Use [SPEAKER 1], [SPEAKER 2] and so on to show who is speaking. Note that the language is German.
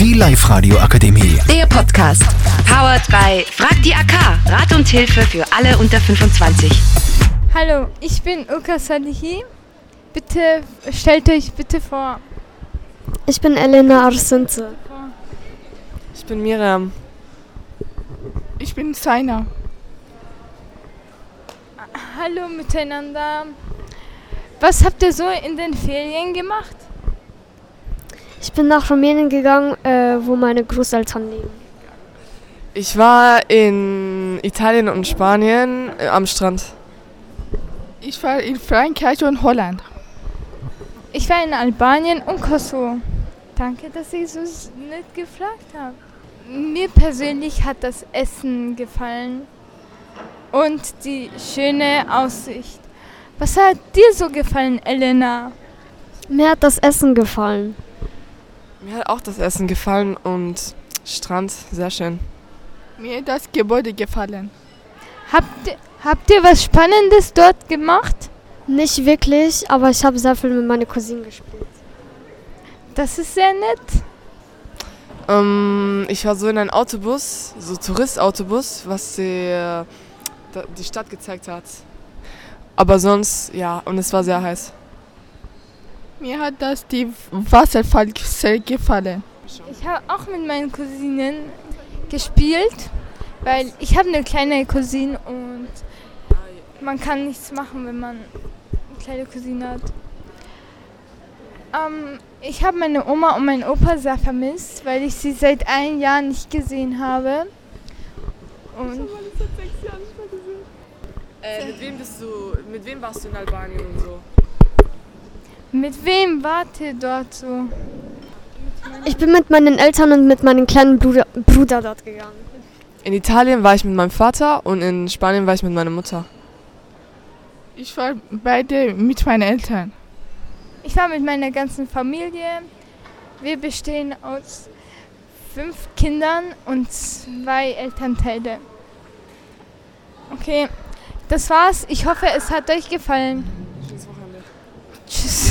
[SPEAKER 1] Die Live-Radio Akademie.
[SPEAKER 2] Der Podcast.
[SPEAKER 3] Powered by Frag die AK. Rat und Hilfe für alle unter 25.
[SPEAKER 4] Hallo, ich bin Uka Salihi. Bitte stellt euch bitte vor.
[SPEAKER 5] Ich bin Elena Arsenze.
[SPEAKER 6] Ich bin Miriam.
[SPEAKER 4] Ich bin Saina. Hallo miteinander. Was habt ihr so in den Ferien gemacht?
[SPEAKER 5] Ich bin nach Rumänien gegangen, äh, wo meine Großeltern leben.
[SPEAKER 6] Ich war in Italien und Spanien äh, am Strand.
[SPEAKER 7] Ich war in Frankreich und Holland.
[SPEAKER 4] Ich war in Albanien und Kosovo. Danke, dass ihr so s- nett gefragt habt. Mir persönlich hat das Essen gefallen und die schöne Aussicht. Was hat dir so gefallen, Elena?
[SPEAKER 5] Mir hat das Essen gefallen.
[SPEAKER 6] Mir hat auch das Essen gefallen und Strand, sehr schön.
[SPEAKER 7] Mir das Gebäude gefallen.
[SPEAKER 4] Habt, ihr- habt ihr was Spannendes dort gemacht?
[SPEAKER 5] Nicht wirklich, aber ich habe sehr viel mit meiner Cousine gespielt.
[SPEAKER 4] Das ist sehr nett.
[SPEAKER 6] Ähm, ich war so in einem Autobus, so Touristautobus, was die, äh, da- die Stadt gezeigt hat. Aber sonst, ja, und es war sehr heiß.
[SPEAKER 7] Mir hat das die Wasserfall sehr gefallen.
[SPEAKER 4] Ich habe auch mit meinen Cousinen gespielt, weil ich habe eine kleine Cousine und man kann nichts machen, wenn man eine kleine Cousine hat. Ähm, ich habe meine Oma und meinen Opa sehr vermisst, weil ich sie seit einem Jahr nicht gesehen habe. Und
[SPEAKER 6] Äh, mit wem bist du, mit wem warst du in Albanien und so?
[SPEAKER 4] mit wem wart ihr dort so?
[SPEAKER 5] Ich bin mit meinen Eltern und mit meinem kleinen Bruder, Bruder dort gegangen.
[SPEAKER 6] In Italien war ich mit meinem Vater und in Spanien war ich mit meiner Mutter.
[SPEAKER 7] Ich war beide mit meinen Eltern.
[SPEAKER 4] Ich war mit meiner ganzen Familie. Wir bestehen aus fünf Kindern und zwei Elternteile. Okay, das war's. Ich hoffe, es hat euch gefallen. Tschüss.